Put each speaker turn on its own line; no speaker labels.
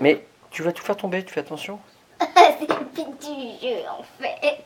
Mais tu vas tout faire tomber, tu fais attention.
C'est le but du jeu en fait.